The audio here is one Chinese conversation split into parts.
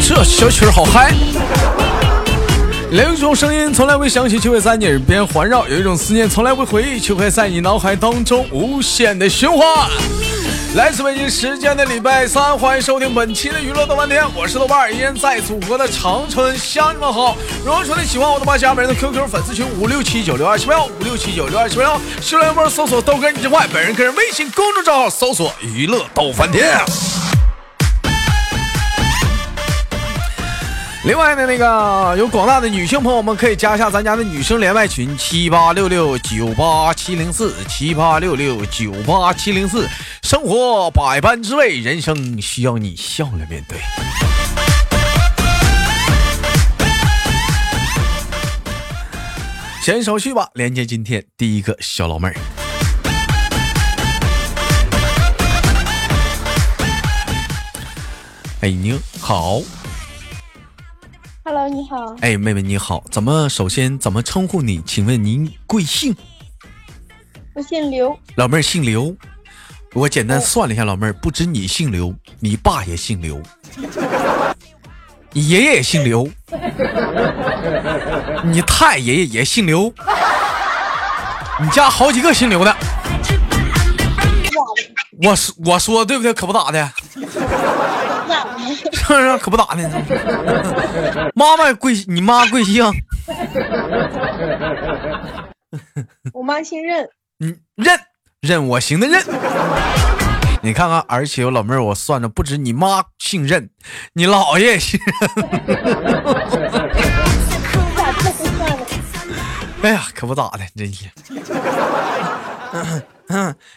小小曲儿好嗨。有一种声音从来未响起，却会在你耳边环绕；有一种思念从来未回忆，却会在你脑海当中无限的循环。来自北京时间的礼拜三，欢迎收听本期的娱乐豆瓣天，我是豆瓣儿，依然在祖国的长春，乡亲们好。如果说你喜欢我的话，加本人的 QQ 粉丝群五六七九六二七八幺五六七九六二七八幺，新浪微博搜索豆哥你真坏，本人个人微信公众账号搜索娱乐豆翻天。另外呢，那个有广大的女性朋友们可以加一下咱家的女生连麦群七八六六九八七零四七八六六九八七零四。生活百般滋味，人生需要你笑来面对。闲手续吧，连接今天第一个小老妹儿。哎，你好。 Hello，你好，哎，妹妹你好，怎么首先怎么称呼你？请问您贵姓？我姓刘， 老妹儿姓刘，我简单算了一下，老妹儿不止你姓刘，你爸也姓刘，你爷爷也姓刘，你太爷爷也姓刘，你家好几个姓刘的。我说我说对不对？可不咋的，那是不是？可不咋的呢。妈妈贵，你妈贵姓？我妈姓任，嗯，认认我行的认。你看看，而且我老妹儿，我算着不止你妈姓任，你姥爷也姓任。咋这不算了？哎呀，可不咋的，真是。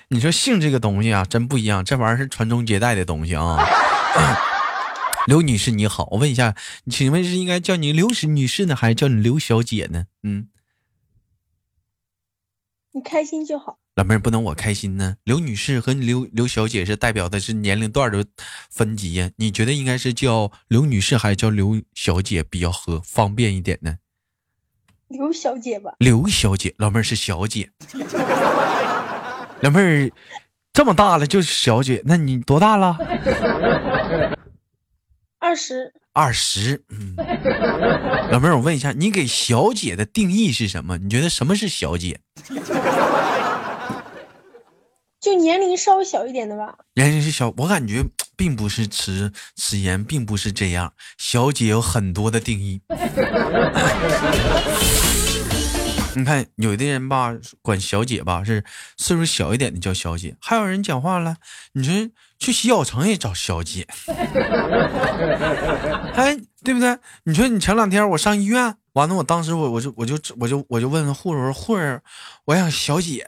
你说姓这个东西啊，真不一样，这玩意儿是传宗接代的东西啊。刘女士你好，我问一下，请问是应该叫你刘氏女士呢，还是叫你刘小姐呢？嗯，你开心就好。老妹儿不能我开心呢。刘女士和刘刘小姐是代表的是年龄段的分级呀，你觉得应该是叫刘女士还是叫刘小姐比较合方便一点呢？刘小姐吧，刘小姐，老妹儿是小姐，老妹儿这么大了就是小姐，那你多大了？二十，二十，嗯，老妹儿，我问一下，你给小姐的定义是什么？你觉得什么是小姐？就年龄稍微小一点的吧。人家是小，我感觉并不是此此言并不是这样。小姐有很多的定义， 你看有的人吧，管小姐吧是岁数小一点的叫小姐，还有人讲话了，你说去洗脚城也找小姐， 哎，对不对？你说你前两天我上医院，完了我当时我我就我就我就我就问护士我说护士，我想小姐，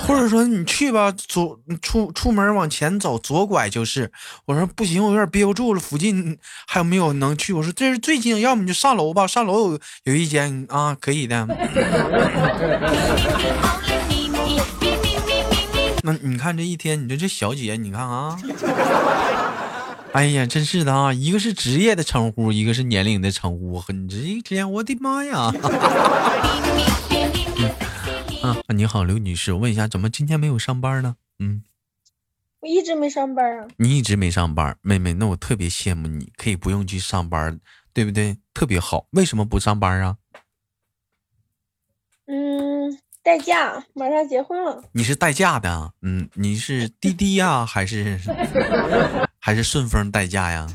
或者说你去吧，左出出门往前走，左拐就是。我说不行，我有点憋不住了，附近还有没有能去？我说这是最近，要么你就上楼吧，上楼有有一间啊，可以的。那你看这一天，你说这小姐，你看啊， 哎呀，真是的啊，一个是职业的称呼，一个是年龄的称呼，很直接，我的妈呀！ 啊，你好，刘女士，我问一下，怎么今天没有上班呢？嗯，我一直没上班啊，你一直没上班，妹妹，那我特别羡慕你，可以不用去上班，对不对？特别好。为什么不上班啊？嗯，待嫁，马上结婚了，你是代驾的啊？嗯，你是滴滴呀、还是还是顺丰代驾呀？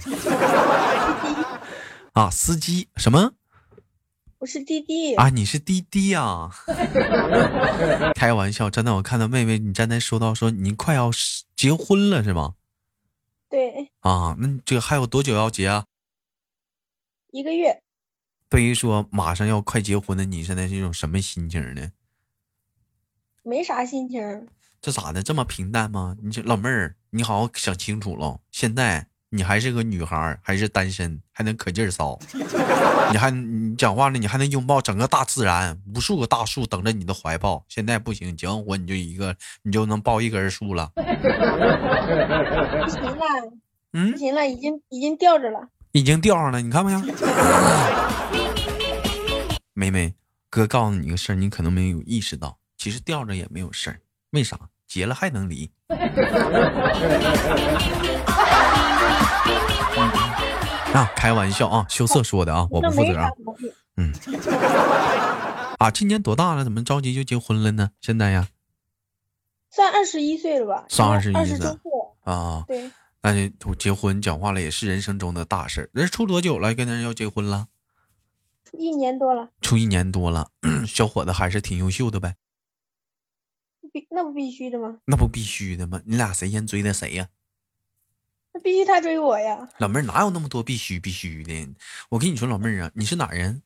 啊，司机什么我是弟弟，啊？你是滴滴呀、开玩笑，真的，我看到妹妹，你刚才说到说你快要结婚了是吗？对，啊，那你这个还有多久要结啊？一个月对于说马上要快结婚的你，现在是一种什么心情呢？没啥心情，这咋的这么平淡吗？你这老妹儿，你好好想清楚喽。现在你还是个女孩儿，还是单身，还能可劲儿骚，你还你讲话呢，你还能拥抱整个大自然，无数个大树等着你的怀抱。现在不行，结完婚你就一个，你就能抱一根树了。不行了，嗯不，行了，已经已经吊着了。已经掉上了，你看 没看？妹妹，哥告诉你个事儿，你可能没有意识到，其实吊着 嗯也没有事儿。为啥？结了还能离？啊，开玩笑啊，羞涩说的啊，我不那负没责啥啊。毛病。啊，今年多大了？怎么着急就结婚了呢？现在呀，算二十一岁了吧？算二21二十岁周岁了，啊，对，那你我结婚讲话了也是人生中的大事儿。人处多久了？跟人要结婚了？一年多了，处一年多了， 小伙子还是挺优秀的呗，必那不必须的吗？那不必须的吗？你俩谁先追的谁呀、那必须他追我呀！老妹儿哪有那么多必须必须的？我跟你说，老妹儿啊，你是哪儿人？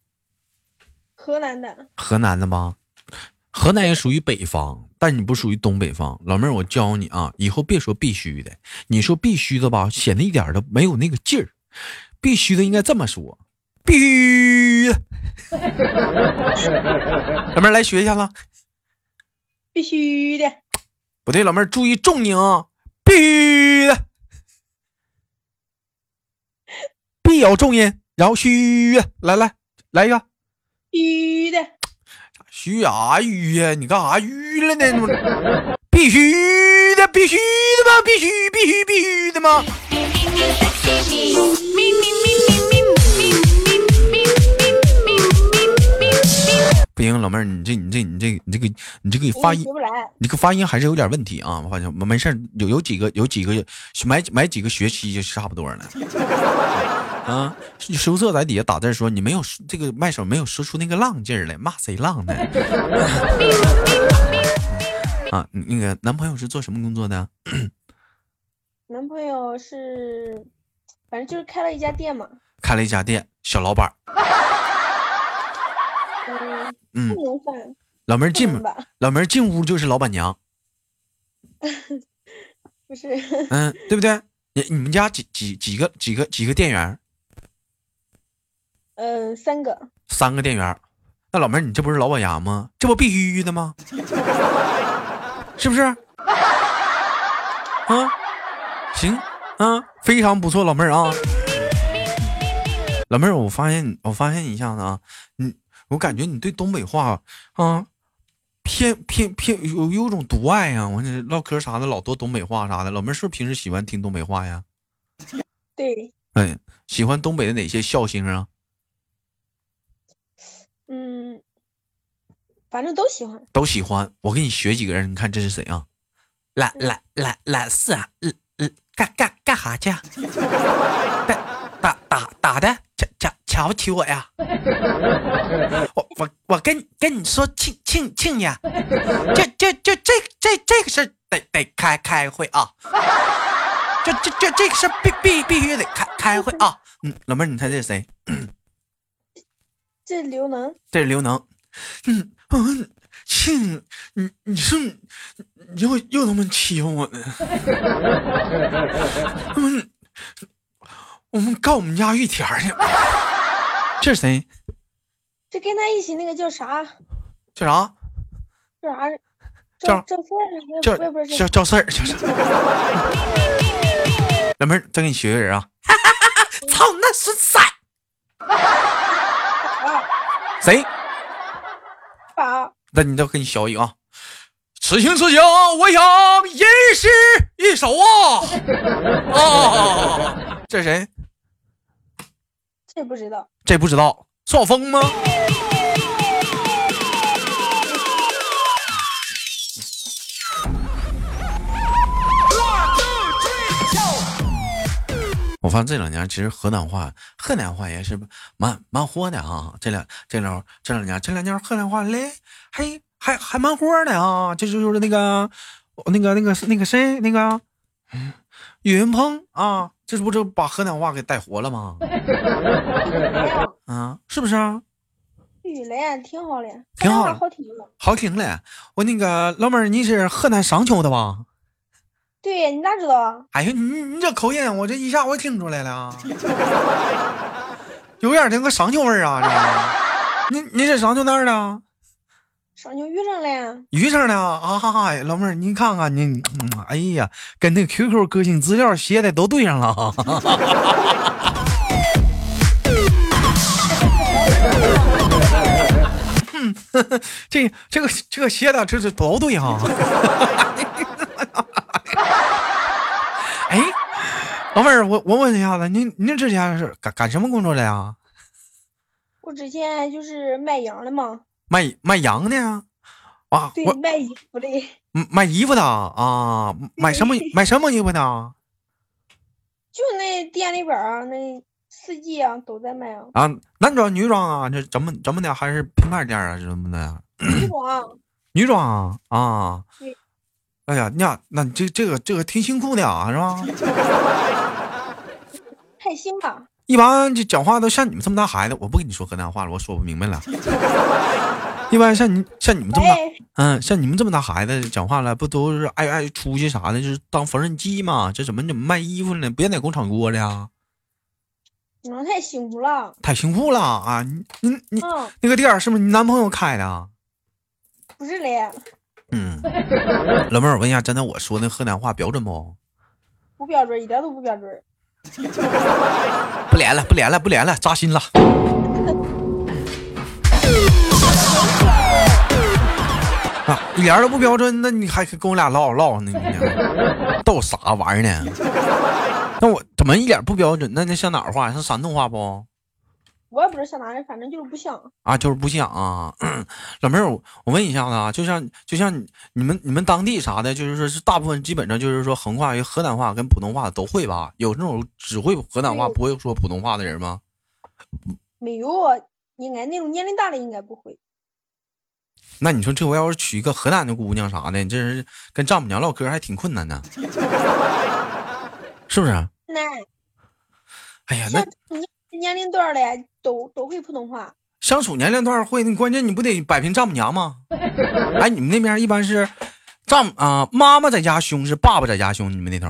河南的，河南的吧？河南也属于北方，但你不属于东北方。老妹儿，我教你啊，以后别说必须的，你说必须的吧，显得一点儿都没有那个劲儿。必须的应该这么说，必须的。 老妹儿来学一下了，必须的，不对，老妹儿注意重音啊，必须的，必有重音，然后虚的，来来来一个。必须的，虚啥吁呀？啊你干啥吁了呢？你们必须的，必须的吗？必须必须必须的吗？不行，老妹儿，你这你这你这你这个你这个我发也音学，不来。你这个发音还是有点问题啊！我发现没没事儿，有有几个有几个买买几个学期就差不多了。 啊，羞涩在底下打字说你没有这个麦手没有说出那个浪劲儿来，骂谁浪呢？ 啊，那个男朋友是做什么工作的？男朋友是，反正就是开了一家店嘛，开了一家店，小老板儿。嗯，嗯，不能算，老妹儿不进能吧？老妹儿进屋就是老板娘，不是 嗯，对不对？你你们家几几几个几个几个店员？嗯，三个三个店员。那老妹儿，你这不是老板娘吗？这不必须的吗？是不是？啊，行啊，非常不错，老妹儿啊。老妹儿，我发现，我发现一下子啊，你，我感觉你对东北话啊，偏偏偏有有种独爱啊。我这唠嗑啥的，老多东北话啥的。老妹儿是不是平时喜欢听东北话呀？对，哎，喜欢东北的哪些笑星啊？嗯，反正都喜欢。都喜欢。我给你学几个人，你看这是谁啊？懒懒懒懒是啊，嗯嗯，干干干啥去啊？ 打打打打的，瞧瞧瞧不起我呀？ 我我我跟你跟你说，庆庆庆呀，这这这这这这个事儿得得开开会啊，这这这这个事儿必必必须得开开会啊。嗯，老妹儿，你猜这是谁？这刘能这是刘能。嗯嗯，亲，你你是你又又他妈欺负我呢？嗯，我们告我们家玉田儿去。这是谁？这跟他一起那个叫啥？叫啥？叫啥？叫赵赵四儿？我也叫我也不知道叫赵四儿，叫啥？老妹儿， 再给你学个人啊！ 操，那是谁？谁？这宝。那你再给你学一个啊！此情此景，我想吟诗一首啊！啊，这谁？这不知道，这不知道，邵峰吗？我发现这两年其实河南话、河南话也是蛮蛮火的啊。这两这两这两年这两年河南话嘞，还还还蛮火的啊。这就就是那个那个那个那个谁那个嗯岳云鹏啊，这不就把河南话给带火了吗？啊，是不是啊？雨了呀，啊挺好的呀，挺好的，的好挺了。好听嘞，我那个老妹儿，你是河南商丘的吧？对你咋知道啊？哎呀，你你这口音，我这一下我听出来了啊，有点那个商丘味儿啊！这个，你你是商丘那儿的？上就遇上了呀，余上的啊啊哈哈！老妹儿，你看看你，嗯哎呀，跟那个 QQ 个性资料写的都对上了啊！ 嗯，呵呵这这个这个写的这是都对啊 哈、哎，老妹儿，我我问一下子，您您之前是干干什么工作的呀？我之前就是卖羊的嘛，卖卖羊的呀？啊，对，我卖衣服的，嗯卖衣服的啊，买什么嗯买什么衣服啊呢？。就那店里边儿啊，那四季啊都在卖啊啊，男装女装啊，这怎么怎么的，还是品牌店啊，怎么的呀？女装啊，女装啊啊对！哎呀，那那这这个这个挺辛苦的啊，是吧？开心吧？一般就讲话都像你们这么大孩子，我不跟你说河南话了，我说不明白 了。一般像你像你们这么大，哎，嗯，像你们这么大孩子讲话了，不都是爱爱出去啥的，就是当缝纫机嘛？这怎么怎么卖衣服呢？不愿在工厂做了呀？你们太辛苦了。太辛苦了啊！你你你嗯，那个店儿是不是你男朋友开的啊？不是嘞，嗯，老妹儿，我问一下，真的我说那河南话标准不？不标准，一点都不标准。不连了，不连了，不连了，扎心了。啊，一点儿都不标准，那你还跟我俩唠唠呢？你 呢逗啥玩意儿呢？那我怎么一点不标准？那那像哪儿话？像山东话不？我也不知道像哪里，反正就是不像。啊，就是不像啊。老妹儿，我我问一下子啊，就像就像你你们你们当地啥的，就是说是大部分基本上就是说横跨于河南话跟普通话都会吧？有那种只会河南话对不会说普通话的人吗？没有啊，应该那种年龄大的应该不会。那你说这回要是娶一个河南的姑娘啥的，你这人跟丈母娘唠嗑还挺困难 呢，是不是？那哎呀，那像你年龄段儿的都都会普通话，相处年龄段会，你关键你不得摆平丈母娘 吗？哎，你们那边一般是丈母啊、妈妈在家凶是爸爸在家凶，你们那头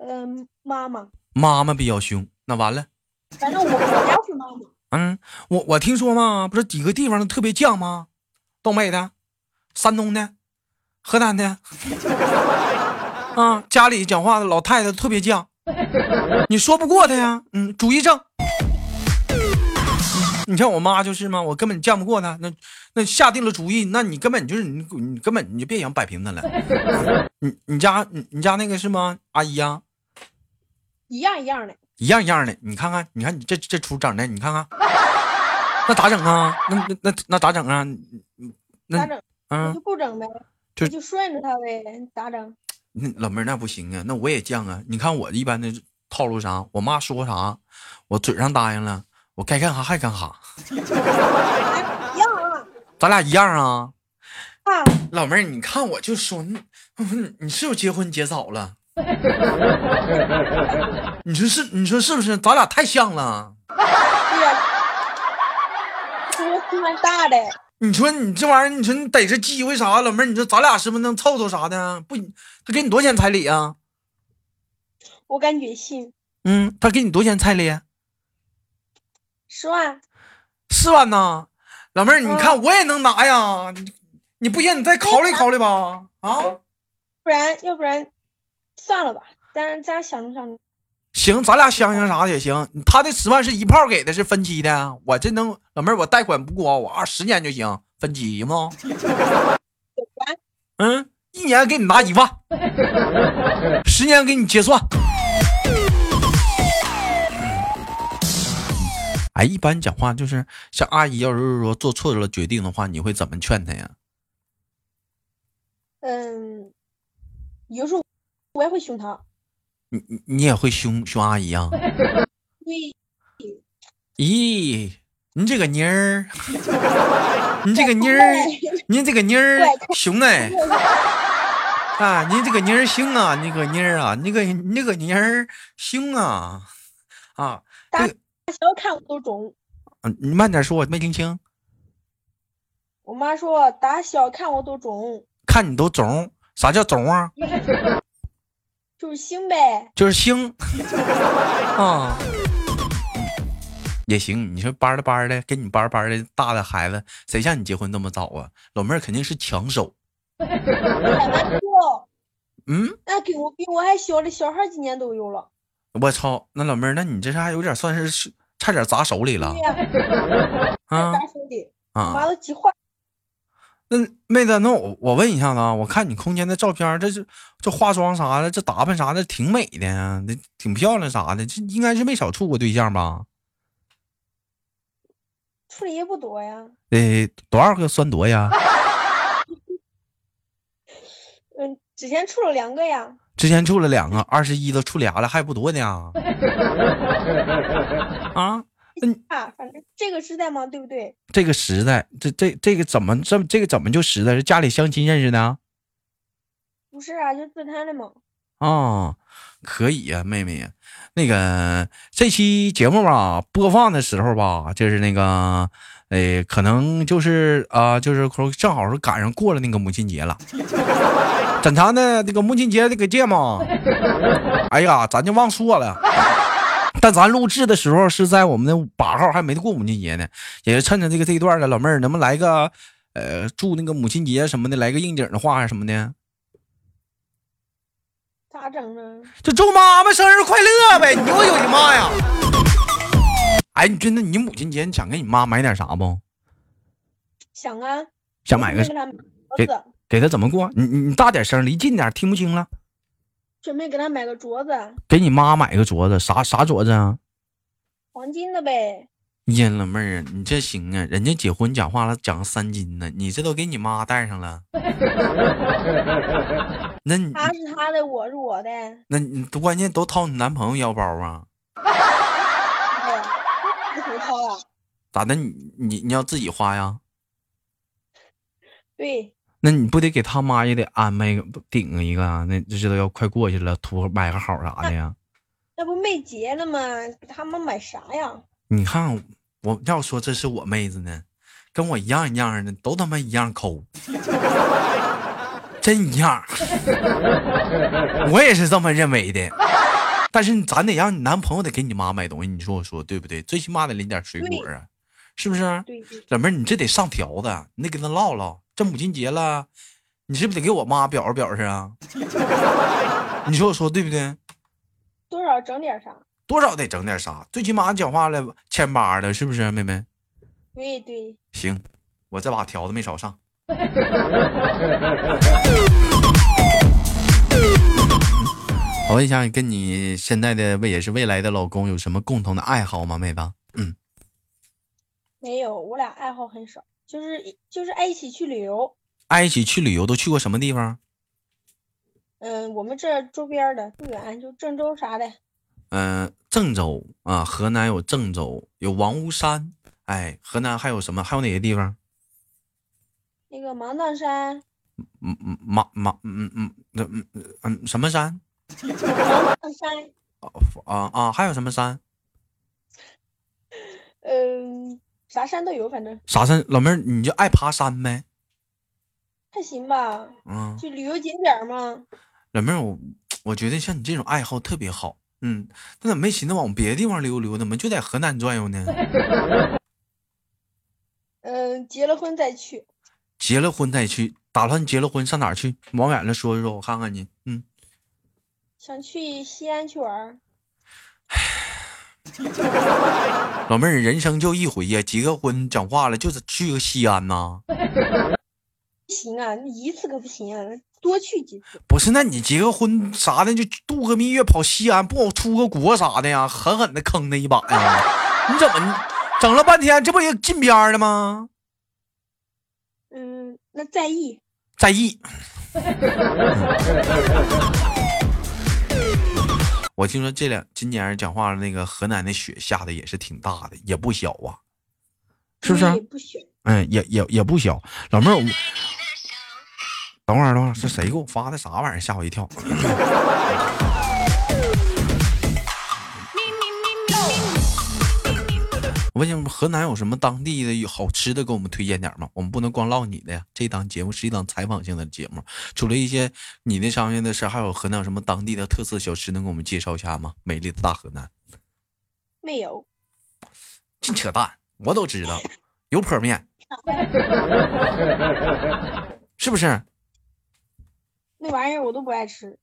嗯、妈妈，妈妈比较凶，那完了。反正我我家是妈妈，嗯，我我听说嘛，不是几个地方都特别犟吗？东北的、山东的、河南的， 啊，家里讲话的老太太特别犟，你说不过她呀，嗯，主意正。你像我妈就是嘛，我根本犟不过她，那那下定了主意，那你根本就是你你根本你就别想摆平她了。你你家你你家那个是吗？阿姨啊呀、一样一样的。一样一样的，你看看，你看你这这出整的，你看 看，那咋整啊？那那那那咋整啊？那咋整？我嗯就，不整呗，就我就顺着他呗，咋整？那老妹儿那不行啊，那我也犟啊。你看我一般的套路啥，我妈说啥，我嘴上答应了，我该干啥还干啥，哎一样啊，咱俩一样啊。啊，老妹儿，你看我就说，你你是不是结婚结早了？ 你说是？你说是不是？咱俩太像了。对呀，这个心蛮大的，你说你这玩意儿，你说你逮着机会啥，老妹儿，你说咱俩是不是能凑凑啥的？不，他给你多少钱彩礼啊？我感觉信嗯，他给你多少钱彩礼？十万，四万呐，老妹儿，你嗯看我也能拿呀，你你不行，你再考虑考虑吧。啊，不然要不然算了吧，咱咱想着想着，行，咱俩商量啥也行。他这十万是一炮给的，是分期的。啊我这能，老妹儿，我贷款不高，我二十年就行，分期行不？嗯，一年给你拿一万，十年给你结算。哎，一般讲话就是像阿姨，要是说做错了决定的话，你会怎么劝她呀？嗯，有时候我也会凶他，你你你也会凶凶阿姨啊？ 对，咦，您这个妮儿， 您这个妮儿，您这个妮儿怪怪熊哎！ 啊，您这个妮儿凶啊，那个妮儿啊，那个那个妮儿凶啊，啊，大这个小看我都中。嗯你慢点说，我没听清。我妈说打小看我都中，看你都肿，啥叫肿啊？就是心呗。就是腥 啊，也行。你说班儿的班儿的，跟你班儿班儿的大的孩子，谁像你结婚这么早啊？老妹儿肯定是抢手。哎呦，嗯，那给我比我还小的小孩今年都有了。我操，那老妹儿，那你这是还有点算是是差点砸手里了对呀、啊咋说的？啊！妈都急坏了。那妹子，那我我问一下子啊，我看你空间的照片，这是这化妆啥的，这打扮啥的挺美的呀，那挺漂亮啥的，这应该是没少处过对象吧？处的也不多呀，得多少个算多呀？嗯，之前处了两个呀，之前处了两个，二十一了，处俩了，还不多呢。 啊，那你啊，反正这个时代嘛，对不对？这个实在，这这这个怎么这这个怎么就实在？是家里相亲认识的啊？不是啊，就自拍的嘛。哦，可以呀、妹妹呀，那个这期节目吧，播放的时候吧，就是那个，哎，可能就是啊、就是说正好是赶上过了那个母亲节了， 正常的那个母亲节这个节目，哎呀，咱就忘说了。但咱录制的时候是在我们的八号，还没过母亲节呢，也是趁着这个这一段了，老妹儿，能不能来个，呃，祝那个母亲节什么的，来个应景的话什么的。咋整呢？就祝妈妈生日快乐呗！你我有你妈呀！哎，你真的，你母亲节你想给你妈买点啥不？想啊，想买个准备给他买个镯子，给她怎么过？你你你大点声，离近点，听不清了。准备给他买个镯子，给你妈买个镯子，啥啥镯子啊？黄金的呗。呀，老妹儿啊，你这行啊，人家结婚讲话了讲三金呢，你这都给你妈戴上了。那你他是他的，我是我的。那你都关键都掏你男朋友腰包啊？哎，是谁掏的？咋的？你你你要自己花呀？对，那你不得给他妈也得安排一个顶一个啊？那这这都要快过去了，图个买个好啥的呀？那不没结了吗？给他们买啥呀？你看我要说这是我妹子呢，跟我一样一样的，都他妈一样抠，真一样。我也是这么认为的。但是咱得让你男朋友得给你妈买东西，你说我说对不对？最起码得领点水果啊，是不是？对对，老妹儿，你这得上条子，啊你得跟他唠唠。这母亲节了，你是不是得给我妈表示表示啊？ 你说我说对不对？多少整点啥？多少得整点啥，最起码讲话了千八的，是不是，妹妹？对对，行，我这把条子没少上。 我问一下，跟你现在的未也是未来的老公有什么共同的爱好吗，妹子？没有，我俩爱好很少，就是一就是爱一起去旅游。爱一起去旅游都去过什么地方？嗯，我们这周边儿的不远，就郑州啥的。嗯，郑州啊，河南有郑州，有王屋山，哎，河南还有什么？还有哪些地方？那个芒砀山，嗯嗯，马马嗯嗯那嗯嗯嗯什么山芒砀呃山，啊啊？还有什么山？嗯，啥山都有，反正啥山？老妹儿，你就爱爬山呗？还行吧，嗯，就旅游景点儿嘛。老妹儿，我我觉得像你这种爱好特别好。嗯，那怎么没寻思往别的地方溜溜？怎么就在河南转悠呢？嗯，结了婚再去。结了婚再去，打算结了婚上哪儿去？往远了说一说，我看看你。嗯，想去西安去玩儿，老妹儿，人生就一回呀，结个婚讲话了，就是去个西安呐、不行啊，那一次可不行啊，多去几次。不是，那你结个婚啥的，就度个蜜月跑西安，不好出个国啥的呀，狠狠的坑他一把呀！你怎么整了半天，这不也近边儿了吗？嗯，那在意在意。我听说这两今年讲话那个河南的雪下的也是挺大的，也不小啊，是啊不是？也不选。嗯，也也也不小。老妹儿，我等会儿，等会儿，是谁给我发的啥玩意儿？吓我一跳。我问一下，河南有什么当地的有好吃的给我们推荐点吗？我们不能光唠你的呀。这档节目是一档采访性的节目，除了一些你那上面的事儿，还有河南有什么当地的特色小吃能给我们介绍一下吗？美丽的大河南，没有，净扯淡，我都知道，油泼面，是不是？那玩意儿我都不爱吃。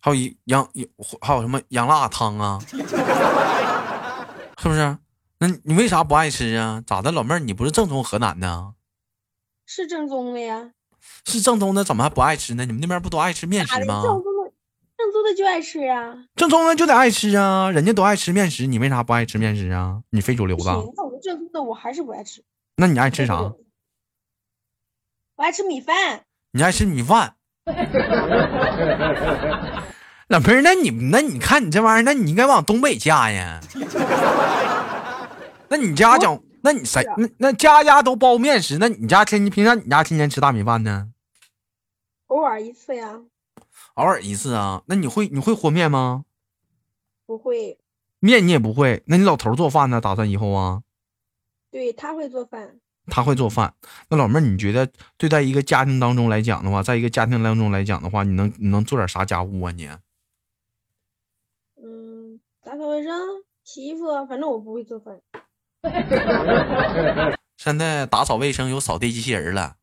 还有一羊，有还有什么羊辣汤啊？ 是不是？那你为啥不爱吃啊？咋的，老妹儿，你不是正宗河南的啊？是正宗的呀。是正宗的，怎么还不爱吃呢？你们那边不都爱吃面咋食的？吗？啊正宗的，正宗的就爱吃啊。正宗的就得爱吃啊，人家都爱吃面食，你为啥不爱吃面食啊？你非主流不吧？行，那我正宗的我还是不爱吃。那你爱吃啥？？我爱吃米饭。你爱吃米饭。 老妹儿，那你那你看你这玩意儿，那你应该往东北嫁呀。 那你家讲，那你谁是啊那那家家都包面食，那你家天天平常你家天天吃大米饭呢？偶尔一次呀，偶尔一次啊？那你会你会和面吗？不会。面你也不会？那你老头儿做饭呢？打算以后啊？对他会做饭，他会做饭。那老妹儿，你觉得对待一个家庭当中来讲的话，在一个家庭当中来讲的话，你能你能做点啥家务啊你？嗯，打扫卫生、洗衣服，反正我不会做饭。现在打扫卫生有扫地机器人了，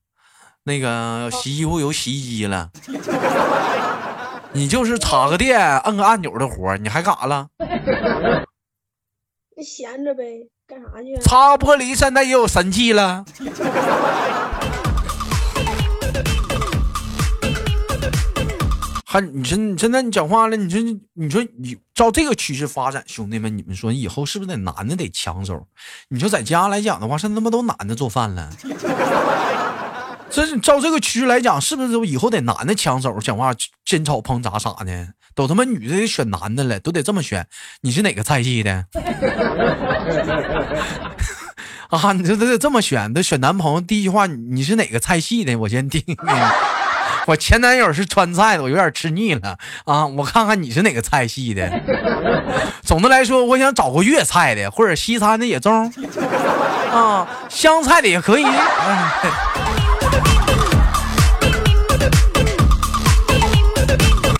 那个洗衣服有洗衣机了，你就是插个电、摁个按钮的活儿，你还干啥了？那闲着呗，干啥去啊？擦玻璃现在也有神器了。还你说你现在你讲话了，你说你说你照这个趋势发展，兄弟们，你们说以后是不是得男的得抢手？你说在家来讲的话，现在他妈都男的做饭了。这是照这个趋势来讲，是不是以后得男的抢手？讲话煎炒烹炸啥的，都他妈女的得选男的了，都得这么选。你是哪个菜系的？啊，你这这这么选，这选男朋友第一句话，你你是哪个菜系的？我先听听。我前男友是川菜的，我有点吃腻了啊！我看看你是哪个菜系的。总的来说，我想找个粤菜的或者西餐的也中，啊，湘菜的也可以。哎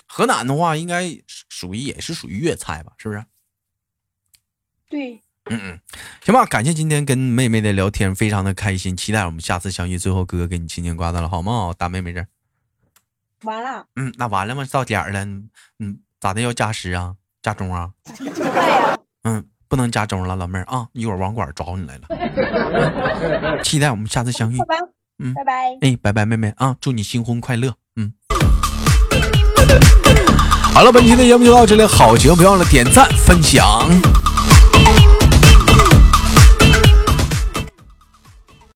河南的话，应该属于也是属于粤菜吧？是不是？对，行吧，感谢今天跟妹妹的聊天，非常的开心，期待我们下次相遇。最后，哥哥给你亲亲瓜子了，好吗？大妹妹这儿，完了，嗯，那完了吗？到点儿了，嗯，咋的要加时啊？加钟啊？快呀！嗯，不能加钟了，老妹儿啊，一会儿网管找你来了。嗯 期待我们下次相遇拜。拜，嗯拜拜。哎，拜拜，妹妹啊，祝你新婚快乐。嗯。好了，本期的节目就到这里，好节目别忘了点赞分享。